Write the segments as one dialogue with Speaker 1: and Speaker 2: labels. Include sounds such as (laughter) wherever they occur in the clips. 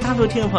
Speaker 1: 大陆听众朋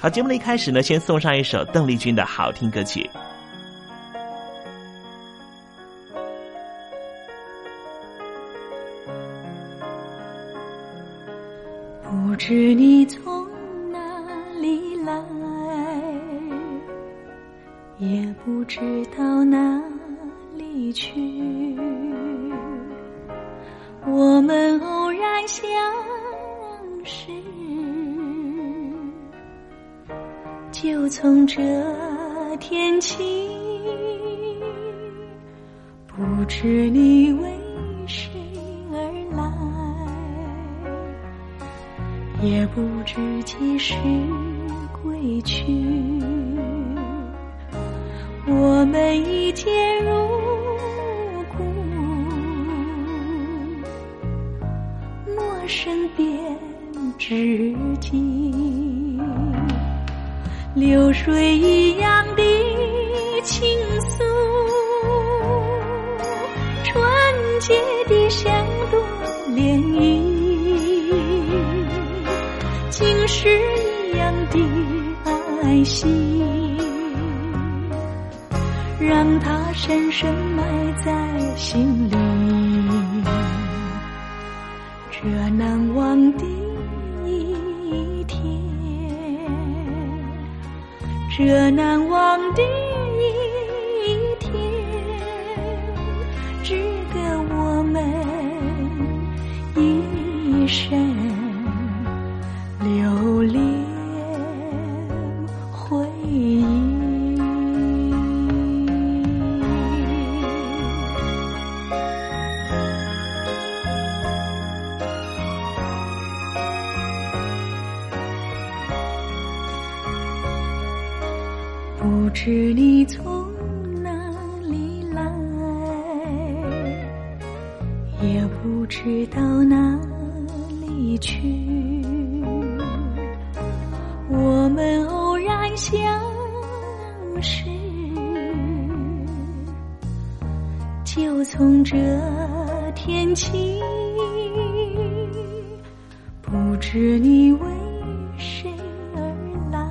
Speaker 1: 好，节目的一开始呢，先送上一首邓丽君的好听歌曲。
Speaker 2: 不知你从哪里来，也不知道哪里去。我们偶然相识，就从这天起。不知你为谁而来。也不知几时回去。我们一见如故，陌生变知己，流水一样的倾诉，纯洁的像朵涟漪，竟是一样的爱惜。让它深深埋在心里，这难忘的一天，这难忘的一天，值得我们一生留恋回忆。不知你从哪里来，也不知道哪里去。我们偶然相识，就从这天起。不知你为谁而来。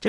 Speaker 1: 这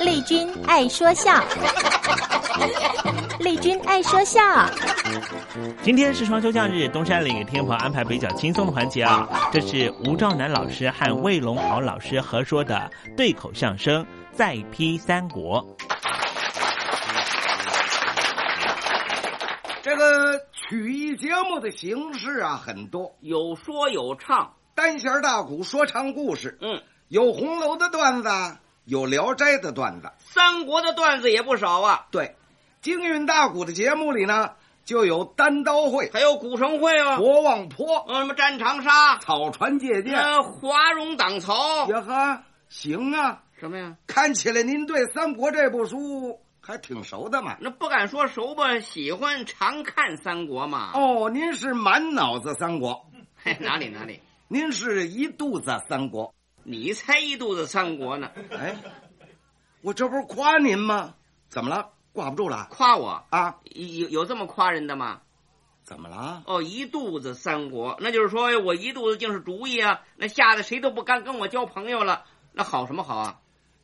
Speaker 3: 丽君爱说笑， (laughs) 丽君爱说笑，
Speaker 1: 今天是双休假日，东山岭天蓬安排比较轻松的环节啊。这是吴兆南老师和魏龙豪老师合说的对口相声《再批三国》。
Speaker 4: 这个曲艺节目的形式啊很多，
Speaker 5: 有说有唱，
Speaker 4: 单弦大鼓说唱故事，
Speaker 5: 嗯，
Speaker 4: 有红楼的段子，有聊斋的段子，
Speaker 5: 三国的段子也不少啊。
Speaker 4: 对，京韵大鼓的节目里呢，就有单刀会，
Speaker 5: 还有古城会啊，
Speaker 4: 博望坡，
Speaker 5: 呃，什么战长沙、
Speaker 4: 草船借箭，
Speaker 5: 呃，华容挡曹。
Speaker 4: 呀哈，行啊，
Speaker 5: 什么呀？
Speaker 4: 看起来您对三国这部书。还挺熟的嘛，
Speaker 5: 那不敢说熟吧，喜欢常看三国嘛。
Speaker 4: 哦，您是满脑子三国，
Speaker 5: 嘿哪里哪里，
Speaker 4: 您是一肚子三国，
Speaker 5: 你才一肚子三国呢。
Speaker 4: 哎，我这不是夸您吗？怎么了？挂不住了？
Speaker 5: 夸我
Speaker 4: 啊？
Speaker 5: 有有这么夸人的吗？
Speaker 4: 怎么了？
Speaker 5: 哦，一肚子三国，那就是说我一肚子尽是主意啊，那吓得谁都不敢跟我交朋友了，那好什么好啊？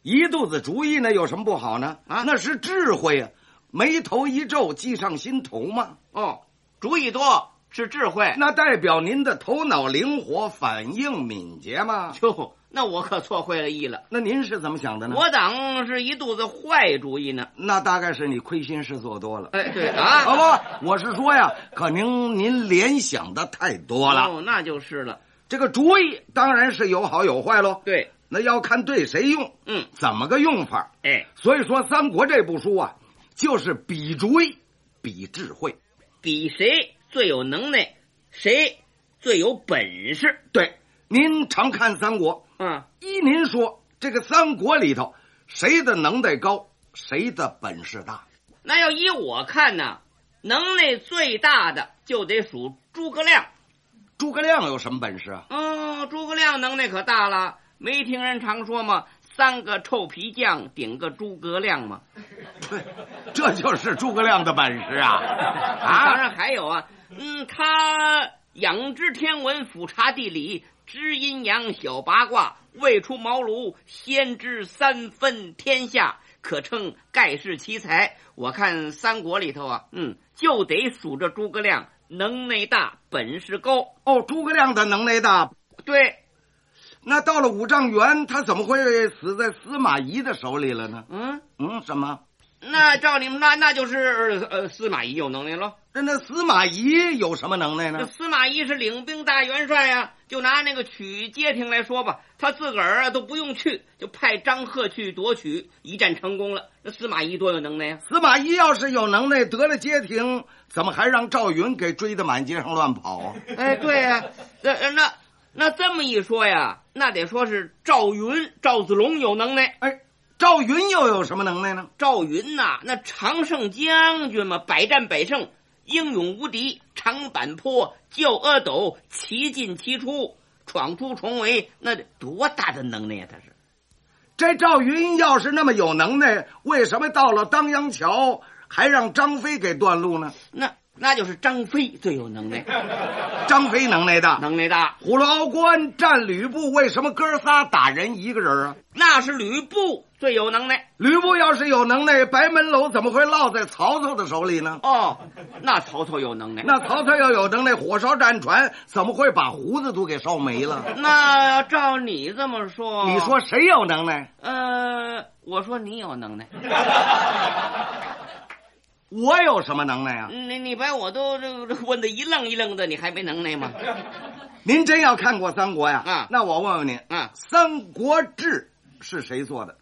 Speaker 4: 一肚子主意，那有什么不好呢？啊，那是智慧呀、啊！眉头一皱，计上心头嘛。
Speaker 5: 哦，主意多是智慧，
Speaker 4: 那代表您的头脑灵活，反应敏捷嘛。
Speaker 5: 哟，那我可错会了意了。
Speaker 4: 那您是怎么想的呢？
Speaker 5: 我党是一肚子坏主意呢。
Speaker 4: 那大概是你亏心事做多了。
Speaker 5: 哎，
Speaker 4: (laughs)
Speaker 5: 对啊。
Speaker 4: 哦不，我是说呀，可能您联想的太多了。
Speaker 5: 哦，那就是了。
Speaker 4: 这个主意当然是有好有坏喽。
Speaker 5: 对。
Speaker 4: 那要看对谁用，
Speaker 5: 嗯，
Speaker 4: 怎么个用法？
Speaker 5: 哎，
Speaker 4: 所以说《三国》这部书啊，就是比主意、比智慧，
Speaker 5: 比谁最有能耐，谁最有本事。
Speaker 4: 对，您常看《三国》，
Speaker 5: 嗯，
Speaker 4: 依您说，这个《三国》里头谁的能耐高，谁的本事大？
Speaker 5: 那要依我看呢，能耐最大的就得数诸葛亮。
Speaker 4: 诸葛亮有什么本事啊？
Speaker 5: 嗯，诸葛亮能耐可大了。没听人常说吗？三个臭皮匠顶个诸葛亮吗？
Speaker 4: 对，这就是诸葛亮的本事啊！
Speaker 5: 啊，当然还有啊，嗯，他仰知天文，俯察地理，知阴阳，晓八卦，未出茅庐，先知三分天下，可称盖世奇才。我看三国里头啊，嗯，就得数着诸葛亮能耐大，本事高。
Speaker 4: 哦，诸葛亮的能耐大，
Speaker 5: 对。
Speaker 4: 那到了五丈原，他怎么会死在司马懿的手里了呢？
Speaker 5: 嗯
Speaker 4: 嗯，什么？
Speaker 5: 那照你们那，那就是呃，司马懿有能耐喽。
Speaker 4: 那那司马懿有什么能耐呢？
Speaker 5: 司马懿是领兵大元帅呀、啊。就拿那个取街亭来说吧，他自个儿啊都不用去，就派张贺去夺取，一战成功了。那司马懿多有能耐啊！
Speaker 4: 司马懿要是有能耐得了街亭，怎么还让赵云给追得满街上乱跑啊？
Speaker 5: 哎，对呀、啊，那那。那这么一说呀，那得说是赵云、赵子龙有能耐。
Speaker 4: 哎，赵云又有什么能耐呢？
Speaker 5: 赵云呐、啊，那常胜将军嘛，百战百胜，英勇无敌，长坂坡、就阿斗，齐进齐出，闯出重围，那多大的能耐呀、啊！他是。
Speaker 4: 这赵云要是那么有能耐，为什么到了当阳桥还让张飞给断路呢？
Speaker 5: 那。那就是张飞最有能耐，
Speaker 4: 张飞能耐大，
Speaker 5: 能耐大。
Speaker 4: 虎牢关占吕布，为什么哥仨打人一个人啊？
Speaker 5: 那是吕布最有能耐。
Speaker 4: 吕布要是有能耐，白门楼怎么会落在曹操的手里呢？
Speaker 5: 哦，那曹操有能耐。
Speaker 4: 那曹操要有能耐，火烧战船怎么会把胡子都给烧没了？
Speaker 5: 那照你这么说，
Speaker 4: 你说谁有能耐？
Speaker 5: 呃，我说你有能耐。
Speaker 4: 我有什么能耐啊？
Speaker 5: 你你把我都这问的一愣一愣的，你还没能耐吗？
Speaker 4: 您真要看过《三国》呀？
Speaker 5: 啊，
Speaker 4: 那我问问您，
Speaker 5: 啊，
Speaker 4: 《三国志》是谁做的？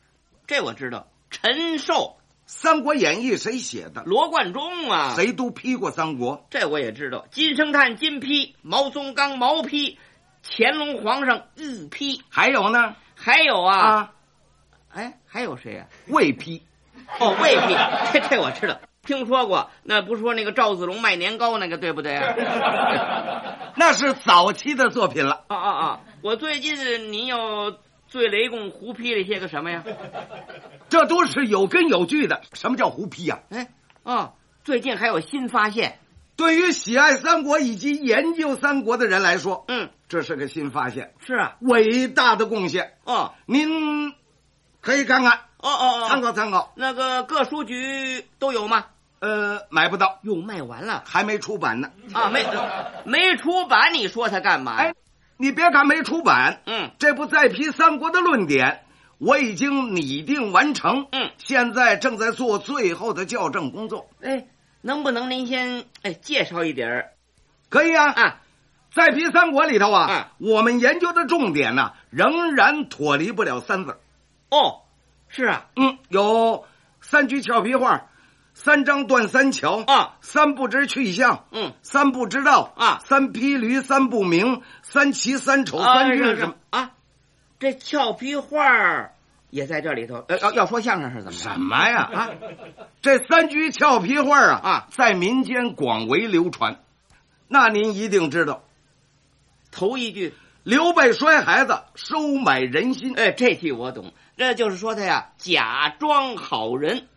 Speaker 5: 这我知道，陈寿。
Speaker 4: 《三国演义》谁写的？
Speaker 5: 罗贯中啊。
Speaker 4: 谁都批过三国？
Speaker 5: 这我也知道，金圣叹金批，毛宗岗毛批，乾隆皇上御批。
Speaker 4: 还有呢？
Speaker 5: 还有啊？
Speaker 4: 啊，
Speaker 5: 哎，还有谁呀、
Speaker 4: 啊？魏批。
Speaker 5: 哦，魏批，这这我知道。听说过，那不说那个赵子龙卖年糕那个对不对、啊？
Speaker 4: 那是早期的作品了。
Speaker 5: 啊啊啊！我最近您又最雷公胡批了些个什么呀？
Speaker 4: 这都是有根有据的。什么叫胡批呀、
Speaker 5: 啊？哎，哦，最近还有新发现。
Speaker 4: 对于喜爱三国以及研究三国的人来说，
Speaker 5: 嗯，
Speaker 4: 这是个新发现。
Speaker 5: 是啊，
Speaker 4: 伟大的贡献。
Speaker 5: 哦，
Speaker 4: 您可以看看。
Speaker 5: 哦哦哦，
Speaker 4: 参考参考。
Speaker 5: 那个各书局都有吗？
Speaker 4: 呃，买不到，
Speaker 5: 哟，卖完了，
Speaker 4: 还没出版呢。
Speaker 5: 啊，没没出版，你说它干嘛？
Speaker 4: 哎，你别看没出版，
Speaker 5: 嗯，
Speaker 4: 这部再批三国的论点，我已经拟定完成，
Speaker 5: 嗯，
Speaker 4: 现在正在做最后的校正工作。
Speaker 5: 哎，能不能您先哎介绍一点儿？
Speaker 4: 可以啊，
Speaker 5: 啊，
Speaker 4: 在《批三国》里头啊，
Speaker 5: 哎
Speaker 4: 我们研究的重点呢、仍然脱离不了三字。
Speaker 5: 哦，是啊，
Speaker 4: 嗯，有三句俏皮话，三张断三桥啊，三不知去向，
Speaker 5: 嗯，
Speaker 4: 三不知道啊，三匹驴，三不明，三奇三丑三
Speaker 5: 是
Speaker 4: 俊
Speaker 5: 是
Speaker 4: 什么？
Speaker 5: 啊？这俏皮话儿也在这里头。呃，要要说相声是怎么着？
Speaker 4: 什么呀？啊，这三句俏皮话啊啊，在民间广为流传。那您一定知道，
Speaker 5: 头一句
Speaker 4: “刘备摔孩子，收买人心”。
Speaker 5: 哎，这句我懂。这就是说他呀，假装好人。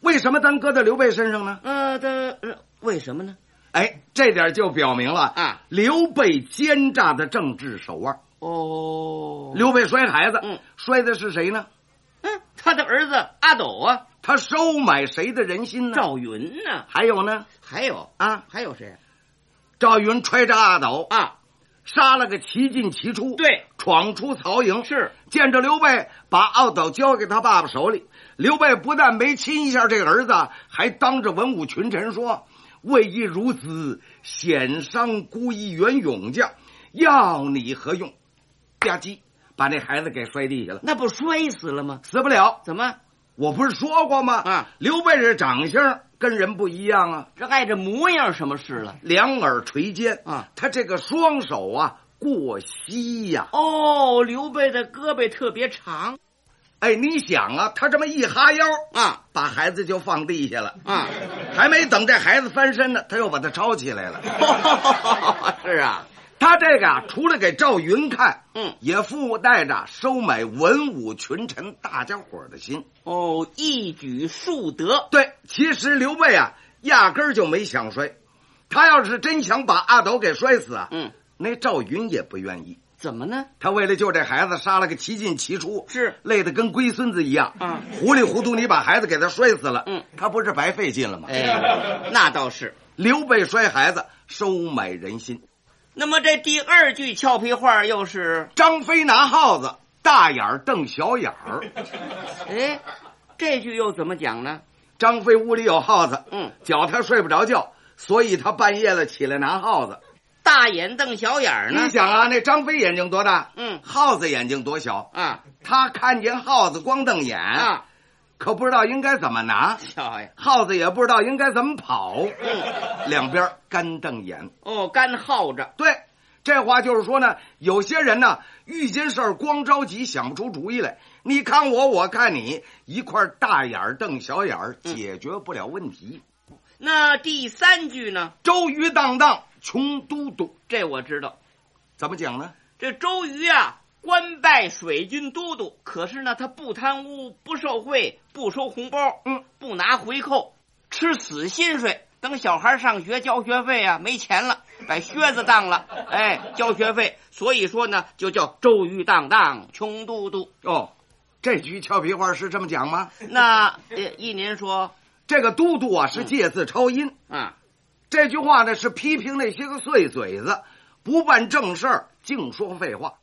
Speaker 4: 为什么咱搁在刘备身上呢？
Speaker 5: 呃，他呃为什么呢？
Speaker 4: 哎，这点就表明了
Speaker 5: 啊，
Speaker 4: 刘备奸诈的政治手腕。
Speaker 5: 哦，
Speaker 4: 刘备摔孩子，摔的是谁呢？
Speaker 5: 嗯，他的儿子阿斗啊，
Speaker 4: 他收买谁的人心呢？
Speaker 5: 赵云呢？
Speaker 4: 还有呢？
Speaker 5: 还有
Speaker 4: 啊，
Speaker 5: 还有谁？
Speaker 4: 赵云揣着阿斗
Speaker 5: 啊，
Speaker 4: 杀了个齐进齐出，
Speaker 5: 对，
Speaker 4: 闯出曹营
Speaker 5: 是
Speaker 4: 见着刘备，把阿斗交给他爸爸手里。刘备不但没亲一下这个儿子，还当着文武群臣说：“魏亦如此，险伤孤一员勇将，要你何用？”吧唧，把那孩子给摔地下了，
Speaker 5: 那不摔死了吗？
Speaker 4: 死不了。
Speaker 5: 怎么
Speaker 4: 我不是说过吗？
Speaker 5: 啊，
Speaker 4: 刘备这长相跟人不一样啊，
Speaker 5: 这碍着模样什么事了？
Speaker 4: 两耳垂肩
Speaker 5: 啊，
Speaker 4: 他这个双手啊过膝呀、
Speaker 5: 哦，刘备的胳膊特别长
Speaker 4: 哎，你想啊，他这么一哈腰，
Speaker 5: 啊
Speaker 4: 把孩子就放地下了。
Speaker 5: 啊！
Speaker 4: 还没等这孩子翻身呢，他又把他抄起来了。
Speaker 5: (laughs) 是啊，
Speaker 4: 他这个啊，除了给赵云看，
Speaker 5: 嗯，
Speaker 4: 也附带着收买文武群臣大家伙儿的心。
Speaker 5: 哦，一举数得，
Speaker 4: 对，其实刘备啊，压根儿就没想摔。他要是真想把阿斗给摔死啊，
Speaker 5: 嗯，
Speaker 4: 那赵云也不愿意。
Speaker 5: 怎么呢？
Speaker 4: 他为了救这孩子，杀了个齐进齐出，
Speaker 5: 是
Speaker 4: 累得跟龟孙子一样
Speaker 5: 啊
Speaker 4: 糊里糊涂你把孩子给他摔死了，
Speaker 5: 嗯，
Speaker 4: 他不是白费劲了吗？
Speaker 5: 哎，那倒是。
Speaker 4: 刘备摔孩子，收买人心；
Speaker 5: 那么这第二句俏皮话又是，
Speaker 4: 张飞拿耗子，大眼儿瞪小眼
Speaker 5: (laughs)
Speaker 4: 儿。
Speaker 5: 哎，这句又怎么讲呢？
Speaker 4: 张飞屋里有耗子，
Speaker 5: 嗯，
Speaker 4: 脚他睡不着觉，所以他半夜了起来拿耗子。
Speaker 5: 大眼瞪小眼儿呢
Speaker 4: 你？想啊，那张飞眼睛多大？
Speaker 5: 嗯
Speaker 4: 耗子眼睛多小？
Speaker 5: 啊
Speaker 4: 他看见耗子光瞪眼，
Speaker 5: 啊，哎
Speaker 4: 可不知道应该怎么拿。
Speaker 5: 小爷
Speaker 4: 耗子也不知道应该怎么跑，两边干瞪眼。
Speaker 5: 嗯哦，干耗着，
Speaker 4: 对，这话就是说呢，有些人呢遇见事儿光着急，想不出主意来。你看我，我看你，一块儿大眼儿瞪小眼儿，解决不了问题。
Speaker 5: 嗯那第三句呢？
Speaker 4: 周瑜当当，穷都督，
Speaker 5: 这我知道，
Speaker 4: 怎么讲呢？
Speaker 5: 这周瑜啊，官拜水军都督，可是呢，他不贪污，不受贿，不收红包，
Speaker 4: 嗯，
Speaker 5: 不拿回扣，吃死薪水。等小孩上学交学费啊，没钱了，把靴子当了，哎，交学费。所以说呢，就叫周瑜当当穷都督。
Speaker 4: 哦，这句俏皮话是这么讲吗？
Speaker 5: 那呃，依您说
Speaker 4: 这个都督啊是借字抄音，
Speaker 5: 啊，
Speaker 4: 这句话呢是批评那些个碎嘴子，不办正事儿，净说废话。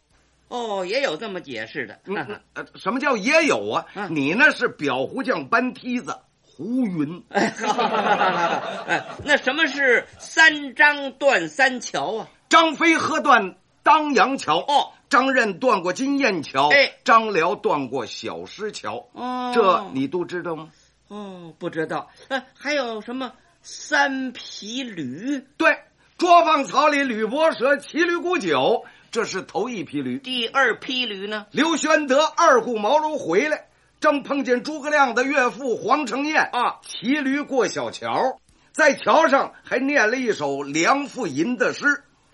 Speaker 5: 哦，也有这么解释的。 (laughs)
Speaker 4: 嗯，呃，什么叫也有啊？
Speaker 5: 嗯
Speaker 4: 你那是裱糊匠搬梯子，胡云。
Speaker 5: 哎，好好好好好好 (laughs) 哎那什么是三张断三桥啊？
Speaker 4: 张飞喝断当阳桥，
Speaker 5: 哦，
Speaker 4: 张任断过金雁桥，
Speaker 5: 哎
Speaker 4: 张辽断过小石桥，
Speaker 5: 哦
Speaker 4: 这你都知道吗？
Speaker 5: 哦，不知道。呃，还有什么三匹驴？
Speaker 4: 对，捉放草里吕伯奢，骑驴沽酒，这是头一批驴。
Speaker 5: 第二批驴呢？
Speaker 4: 刘玄德二顾茅庐回来，正碰见诸葛亮的岳父黄承彦
Speaker 5: 啊
Speaker 4: 骑驴过小桥，在桥上还念了一首梁父吟的诗。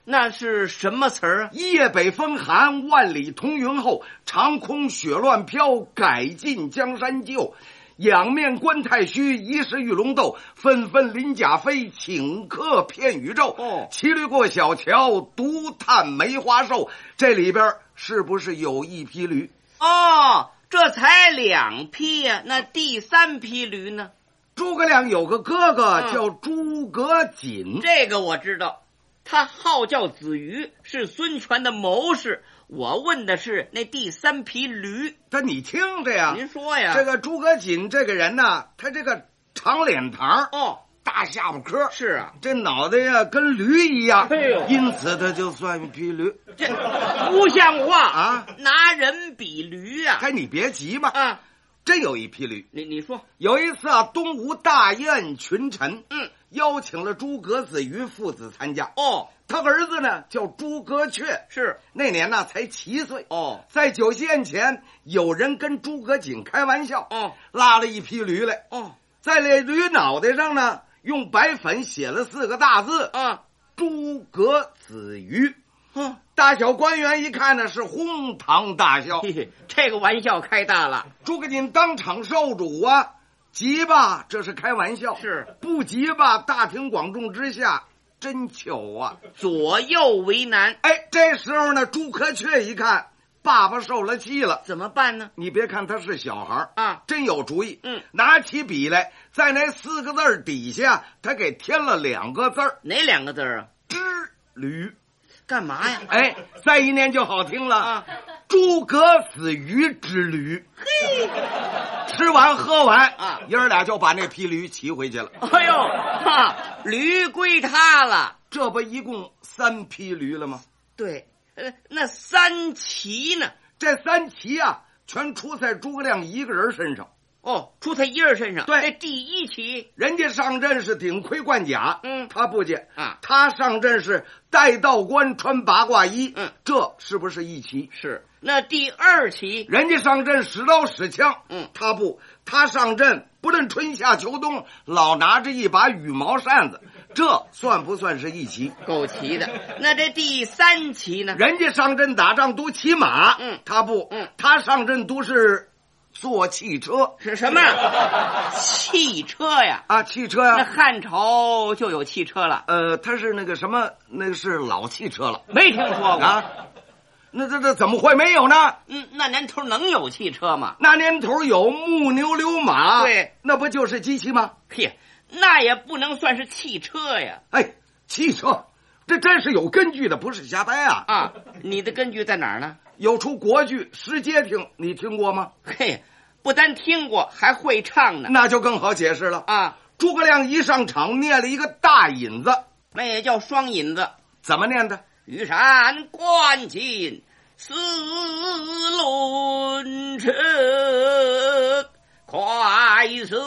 Speaker 5: 那是什么词儿啊？
Speaker 4: 夜北风寒，万里同云后。长空雪乱飘，改尽江山旧。仰面观太虚，疑是玉龙斗。纷纷鳞甲飞，顷刻片宇宙。
Speaker 5: 哦
Speaker 4: 骑驴过小桥，独叹梅花瘦。这里边是不是有一匹驴？
Speaker 5: 哦，这才两批呀、那第三批驴呢？
Speaker 4: 诸葛亮有个哥哥
Speaker 5: 嗯
Speaker 4: 叫诸葛瑾，
Speaker 5: 这个我知道，他号叫子瑜，是孙权的谋士。我问的是那第三匹驴，
Speaker 4: 这你听着呀，
Speaker 5: 您说呀？
Speaker 4: 这个诸葛瑾这个人呢，他这个长脸膛，
Speaker 5: 哦，
Speaker 4: 大下巴颏
Speaker 5: 是啊，
Speaker 4: 这脑袋呀跟驴一样，
Speaker 5: 哎呦
Speaker 4: 因此他就算匹驴。
Speaker 5: 这不像话
Speaker 4: 啊！
Speaker 5: 拿人比驴啊！
Speaker 4: 哎，你别急嘛，
Speaker 5: 啊，
Speaker 4: 真有一匹驴。
Speaker 5: 你你说，
Speaker 4: 有一次啊，东吴大宴群臣，
Speaker 5: 嗯，
Speaker 4: 邀请了诸葛子瑜父子参加。
Speaker 5: 哦，
Speaker 4: 他儿子呢叫诸葛恪，
Speaker 5: 是
Speaker 4: 那年呢才七岁。
Speaker 5: 哦，
Speaker 4: 在酒席宴前，有人跟诸葛瑾开玩笑，
Speaker 5: 哦，
Speaker 4: 拉了一匹驴来，
Speaker 5: 哦，
Speaker 4: 在那驴脑袋上呢用白粉写了四个大字
Speaker 5: 啊，
Speaker 4: 诸葛子瑜。
Speaker 5: 哼，
Speaker 4: 大小官员一看呢，是哄堂大笑。
Speaker 5: 嘿嘿，这个玩笑开大了。
Speaker 4: 诸葛瑾当场受主啊！急吧，这是开玩笑；
Speaker 5: 是
Speaker 4: 不急吧，大庭广众之下，真糗啊！
Speaker 5: 左右为难，
Speaker 4: 哎，这时候呢，朱可却一看，爸爸受了气了。
Speaker 5: 怎么办呢？
Speaker 4: 你别看他是小孩儿
Speaker 5: 啊
Speaker 4: 真有主意。
Speaker 5: 嗯
Speaker 4: 拿起笔来，在那四个字儿底下，他给添了两个字儿
Speaker 5: 哪两个字儿啊？
Speaker 4: “之驴
Speaker 5: 干嘛呀”。？
Speaker 4: 哎，再一念就好听了
Speaker 5: 啊！
Speaker 4: 诸葛子瑜之驴。嘿，吃完喝完
Speaker 5: 啊
Speaker 4: 爷儿俩就把那匹驴骑回去了。
Speaker 5: 哎呦，哈、驴归他了。
Speaker 4: 这不一共三匹驴了吗？
Speaker 5: 对，呃，那三骑呢？
Speaker 4: 这三骑啊，全出在诸葛亮一个人身上。
Speaker 5: 哦，出他一人身上。
Speaker 4: 对
Speaker 5: 这第一骑
Speaker 4: 人家上阵是顶盔贯甲，
Speaker 5: 嗯
Speaker 4: 他不介
Speaker 5: 啊
Speaker 4: 他上阵是戴道冠、穿八卦衣，
Speaker 5: 嗯，
Speaker 4: 这是不是一骑？
Speaker 5: 是，那第二骑
Speaker 4: 人家上阵使刀使枪，
Speaker 5: 嗯
Speaker 4: 他不，他上阵不论春夏秋冬，老拿着一把羽毛扇子，这算不算是一骑？
Speaker 5: 够骑的。那这第三骑呢？
Speaker 4: 人家上阵打仗都骑马，
Speaker 5: 嗯
Speaker 4: 他不，
Speaker 5: 嗯
Speaker 4: 他上阵都是坐汽车
Speaker 5: 是什么？汽车呀！
Speaker 4: 啊，汽车呀、
Speaker 5: 那汉朝就有汽车了，
Speaker 4: 呃，他是那个什么，那个是老汽车了
Speaker 5: 没听说过。
Speaker 4: 啊。那这这怎么会没有呢？
Speaker 5: 嗯，那年头能有汽车吗？
Speaker 4: 那年头有木牛流马，
Speaker 5: 对，
Speaker 4: 那不就是机器吗？
Speaker 5: 嘿，那也不能算是汽车呀。
Speaker 4: 哎，汽车，这真是有根据的，不是瞎掰啊！
Speaker 5: 啊，你的根据在哪儿呢？
Speaker 4: 有出国剧《石阶亭》，你听过吗？
Speaker 5: 嘿，不单听过，还会唱呢。
Speaker 4: 那就更好解释了。
Speaker 5: 啊，
Speaker 4: 诸葛亮一上场，念了一个大引子，
Speaker 5: 那也叫双引子。
Speaker 4: 怎么念的？
Speaker 5: 羽山关禁四轮车，快似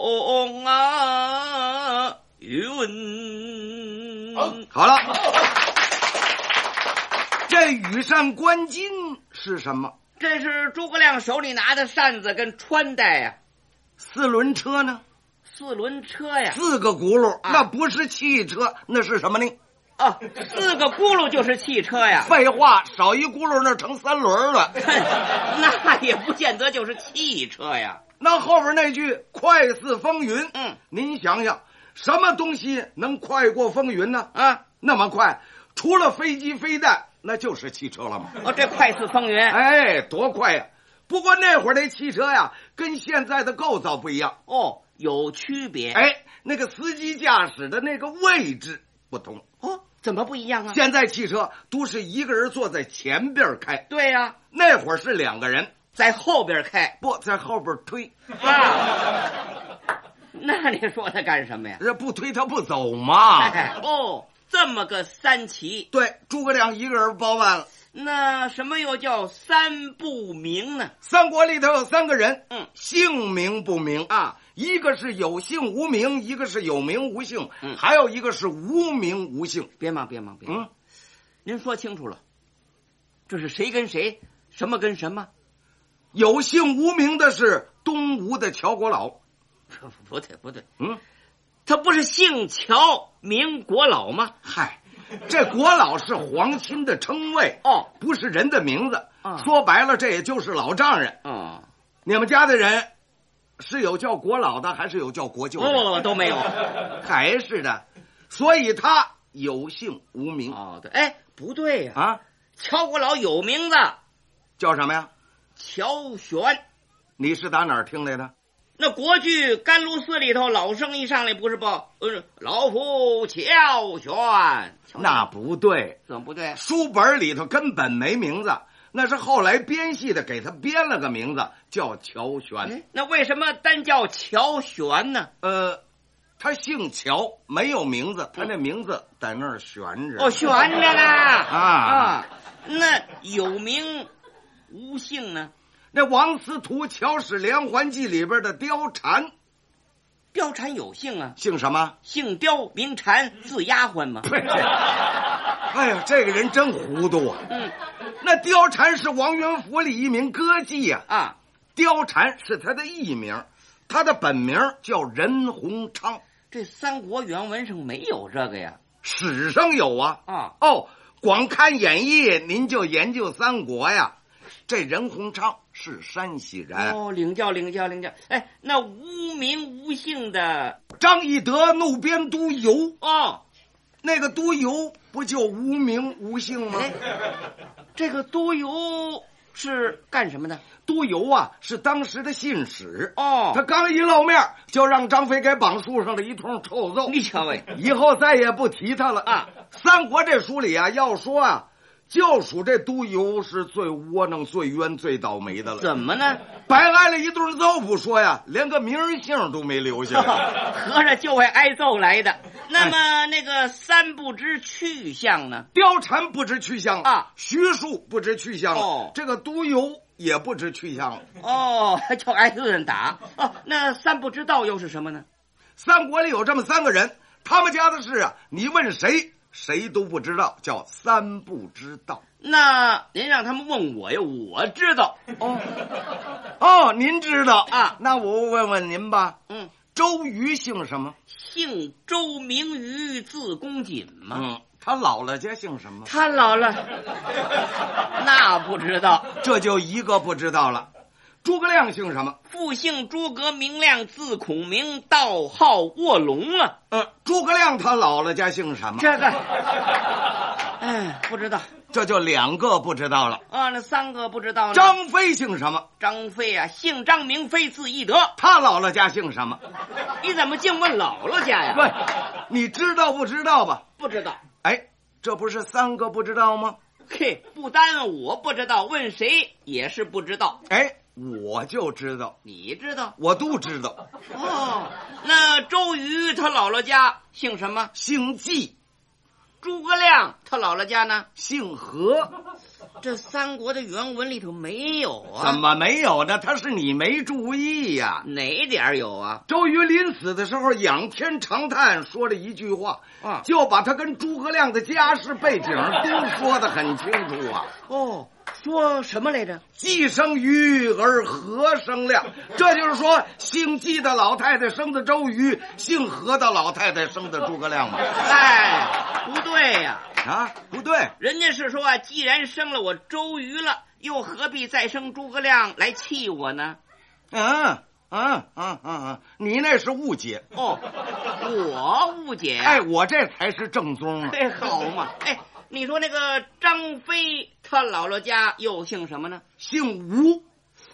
Speaker 5: 风啊云。
Speaker 6: 哦
Speaker 4: 好了，这羽扇纶巾是什么？
Speaker 5: 这是诸葛亮手里拿的扇子跟穿戴呀、
Speaker 4: 四轮车呢？
Speaker 5: 四轮车哎呀、
Speaker 4: 四个轱辘，
Speaker 5: 啊
Speaker 4: 那不是汽车，那是什么呢？
Speaker 5: 啊，四个轱辘就是汽车呀。
Speaker 4: 废话，少一轱辘那成三轮了。
Speaker 5: 那也不见得就是汽车呀。
Speaker 4: 那后边那句“快似风云”，
Speaker 5: 嗯，
Speaker 4: 您想想，什么东西能快过风云呢？
Speaker 5: 啊，
Speaker 4: 那么快，除了飞机、飞弹，那就是汽车了吗？
Speaker 5: 哦，这快似风云。
Speaker 4: 哎，多快呀！不过那会儿那汽车呀，跟现在的构造不一样。
Speaker 5: 哦，有区别。，
Speaker 4: 哎，那个司机驾驶的那个位置不同。
Speaker 5: 哦，怎么不一样啊？
Speaker 4: 现在汽车都是一个人坐在前边开，
Speaker 5: 对呀、
Speaker 4: 那会儿是两个人，
Speaker 5: 在后边开
Speaker 4: 不在后边推，
Speaker 5: 啊。那你说他干什么呀？
Speaker 4: 这不推他不走嘛。
Speaker 5: 哎 (laughs) 哦，这么个三奇，
Speaker 4: 对，诸葛亮一个人包办了。
Speaker 5: 那什么又叫三不明呢？
Speaker 4: 三国里头有三个人，
Speaker 5: 嗯
Speaker 4: 姓名不明
Speaker 5: 啊，
Speaker 4: 一个是有姓无名，一个是有名无姓，
Speaker 5: 嗯
Speaker 4: 还有一个是无名无姓。
Speaker 5: 别忙，别忙，别忙。
Speaker 4: 嗯，
Speaker 5: 您说清楚了，这是谁跟谁，什么跟什么？
Speaker 4: 有姓无名的是东吴的乔国老，
Speaker 5: 不不对，不对，
Speaker 4: 嗯，
Speaker 5: 他不是姓乔名国老吗？
Speaker 4: 嗨，这国老是皇亲的称谓，
Speaker 5: 哦
Speaker 4: 不是人的名字。
Speaker 5: 啊
Speaker 4: 说白了，这也就是老丈人。
Speaker 5: 哦，
Speaker 4: 你们家的人是有叫国老的，还是有叫国舅
Speaker 5: 不
Speaker 4: 的？
Speaker 5: 不不，都没有。
Speaker 4: 还是的，所以他有姓无名、
Speaker 5: 哦，对，哎，不对呀、
Speaker 4: 啊，
Speaker 5: 乔国老有名字，
Speaker 4: 叫什么呀？
Speaker 5: 乔玄。
Speaker 4: 你是打哪儿听来的？
Speaker 5: 那国剧《甘露寺》里头，老生一上来不是报，呃，老夫乔玄。乔玄
Speaker 4: 那不对，
Speaker 5: 怎么不对？
Speaker 4: 书本里头根本没名字，那是后来编戏的，给他编了个名字叫乔玄。
Speaker 5: 哎那为什么单叫乔玄呢？
Speaker 4: 呃，他姓乔，没有名字，他那名字在那儿悬着。
Speaker 5: 哦，悬着呢。啊
Speaker 4: 啊，
Speaker 5: 那有名无姓呢？
Speaker 4: 那王司徒《乔氏连环计》里边的貂蝉，
Speaker 5: 貂蝉有姓啊？
Speaker 4: 姓什么？
Speaker 5: 姓貂，名蝉，字丫鬟嘛。
Speaker 4: 哎呀，这个人真糊涂啊！
Speaker 5: 嗯，
Speaker 4: 那貂蝉是王元甫里一名歌妓呀、
Speaker 5: 啊。啊，
Speaker 4: 貂蝉是他的艺名，他的本名叫任洪昌。
Speaker 5: 这三国原文上没有这个呀？
Speaker 4: 史上有啊。
Speaker 5: 啊，
Speaker 4: 哦，光看演义，您就研究三国呀。这任洪昌是山西人
Speaker 5: 哦，领教领教领教。哎，那无名无姓的
Speaker 4: 张翼德怒鞭督邮
Speaker 5: 哦，
Speaker 4: 那个督邮不就无名无姓吗？
Speaker 5: 哎、这个督邮是干什么的？
Speaker 4: 督邮啊，是当时的信使
Speaker 5: 哦。
Speaker 4: 他刚一露面，就让张飞给绑树上了一通臭揍。
Speaker 5: 你瞧哎，
Speaker 4: 以后再也不提他了
Speaker 5: 啊！
Speaker 4: 三国这书里啊，要说啊。就属这督邮是最窝囊、最冤、最倒霉的了。
Speaker 5: 怎么呢？
Speaker 4: 白挨了一顿揍不说呀，连个名儿姓都没留下哎来。
Speaker 5: (laughs) 合着就为挨揍来的。那么那个三不知去向呢？
Speaker 4: 貂蝉不知去向了
Speaker 5: 啊
Speaker 4: 徐庶不知去向了，
Speaker 5: 哦
Speaker 4: 这个督邮也不知去向了。
Speaker 5: 哦，就挨顿打。哦，那三不知道又是什么呢？
Speaker 4: 三国里有这么三个人，他们家的事啊，你问谁谁都不知道，叫三不知道。
Speaker 5: 那您让他们问我呀，我知道。
Speaker 4: 哦，哦，您知道
Speaker 5: 啊
Speaker 4: 那我问问您吧，
Speaker 5: 嗯，
Speaker 4: 周瑜姓什么？
Speaker 5: 姓周，名瑜，字公瑾嘛。
Speaker 4: 嗯，他姥姥家姓什么？
Speaker 5: 他老了，那不知道。
Speaker 4: 这就一个不知道了。诸葛亮姓什么？
Speaker 5: 复姓诸葛明亮，字孔明，道号卧龙啊。
Speaker 4: 呃，诸葛亮他姥姥家姓什么？
Speaker 5: 这
Speaker 4: (laughs)
Speaker 5: 个，哎，不知道
Speaker 4: 这就两个不知道了。
Speaker 5: 啊。那三个不知道呢。
Speaker 4: 张飞姓什么？
Speaker 5: 张飞啊，姓张名飞，字翼德。
Speaker 4: 他姥姥家姓什么？
Speaker 5: 你怎么净问姥姥家呀？
Speaker 4: 喂，你知道不知道吧？
Speaker 5: 不知道。
Speaker 4: 哎，这不是三个不知道吗？
Speaker 5: 嘿，不单我不知道，问谁也是不知道。
Speaker 4: 哎，我就知道，
Speaker 5: 你知道
Speaker 4: 我都知道，
Speaker 5: 哦？那周瑜他姥姥家姓什么？
Speaker 4: 姓纪，
Speaker 5: 诸葛亮他姥姥家呢？
Speaker 4: 姓何，
Speaker 5: 这三国的原文里头没有啊？
Speaker 4: 怎么没有呢？他是你没注意呀、
Speaker 5: 哪点儿有啊？
Speaker 4: 周瑜临死的时候仰天长叹，说了一句话，
Speaker 5: 啊
Speaker 4: 就把他跟诸葛亮的家世背景都说得很清楚啊。
Speaker 5: 哦，说什么来着？
Speaker 4: 既生瑜而何生
Speaker 5: (laughs)
Speaker 4: 亮，这就是说，姓纪的老太太生的周瑜，姓何的老太太生的诸葛亮嘛。
Speaker 5: 哎，不对呀、
Speaker 4: 啊，不对，
Speaker 5: 人家是说啊，既然生了我周瑜了，又何必再生诸葛亮来气我呢？
Speaker 4: 嗯嗯嗯嗯嗯，你那是误解。
Speaker 5: 哦，我误解呀、
Speaker 4: 哎，我这才是正宗啊。
Speaker 5: 哎，好嘛！哎，你说那个张飞他姥姥家又姓什么呢？
Speaker 4: 姓吴，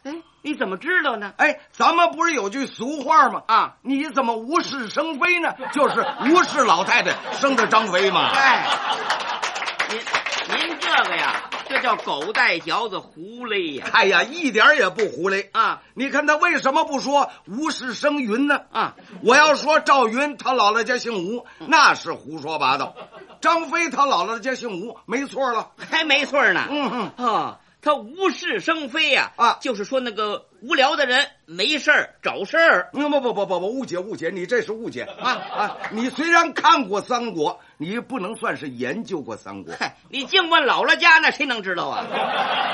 Speaker 5: 哎，你怎么知道呢？
Speaker 4: 哎，咱们不是有句俗话吗？
Speaker 5: 啊，
Speaker 4: 你怎么无事生非呢？就是无视老太太生的张飞嘛。
Speaker 5: 哎，您您这个呀，这叫狗带嚼子胡勒呀！
Speaker 4: 哎呀，一点儿也不胡来
Speaker 5: 啊！
Speaker 4: 你看他为什么不说无事生云呢？
Speaker 5: 啊，嗯
Speaker 4: 我要说赵云他姥姥家姓吴，那是胡说八道。张飞他姥姥家姓吴，没错了。
Speaker 5: 还没错呢。
Speaker 4: 嗯哼，
Speaker 5: 啊，他无事生非呀、
Speaker 4: 啊
Speaker 5: 就是说那个无聊的人没事儿找事儿。
Speaker 4: 嗯，不不不不不，误解误解，你这是误解啊啊！你虽然看过三国，你不能算是研究过三国。
Speaker 5: 嗨，你净问姥姥家，那谁能知道啊？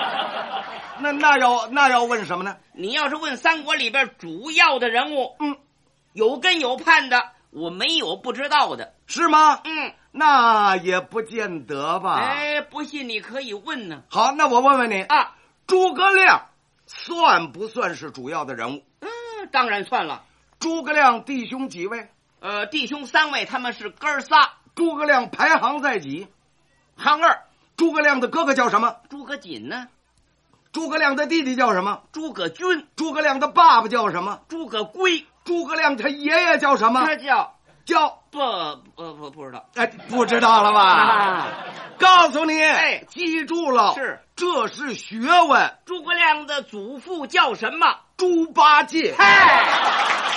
Speaker 4: (laughs) 那那要那要问什么呢？
Speaker 5: 你要是问三国里边主要的人物，
Speaker 4: 嗯，
Speaker 5: 有跟有盼的，我没有不知道的。
Speaker 4: 是吗？
Speaker 5: 嗯，
Speaker 4: 那也不见得吧。
Speaker 5: 哎，不信你可以问呢。
Speaker 4: 好，那我问问你，
Speaker 5: 啊，
Speaker 4: 诸葛亮算不算是主要的人物？
Speaker 5: 嗯，当然算了。
Speaker 4: 诸葛亮弟兄几位？
Speaker 5: 呃，弟兄三位他们是哥儿仨，
Speaker 4: 诸葛亮排行在几？
Speaker 5: 行二。
Speaker 4: 诸葛亮的哥哥叫什么？
Speaker 5: 诸葛瑾呢？
Speaker 4: 诸葛亮的弟弟叫什么？
Speaker 5: 诸葛均、
Speaker 4: 诸葛亮的爸爸叫什么？
Speaker 5: 诸葛圭，
Speaker 4: 诸葛亮他爷爷叫什么？
Speaker 5: 他叫
Speaker 4: 叫
Speaker 5: 不不不不知道，
Speaker 4: 哎，不知道了吧？
Speaker 5: 啊
Speaker 4: 告诉你，
Speaker 5: 哎
Speaker 4: 记住了，
Speaker 5: 是
Speaker 4: 这是学问。
Speaker 5: 诸葛亮的祖父叫什么？
Speaker 4: 猪八戒，
Speaker 5: 嗨，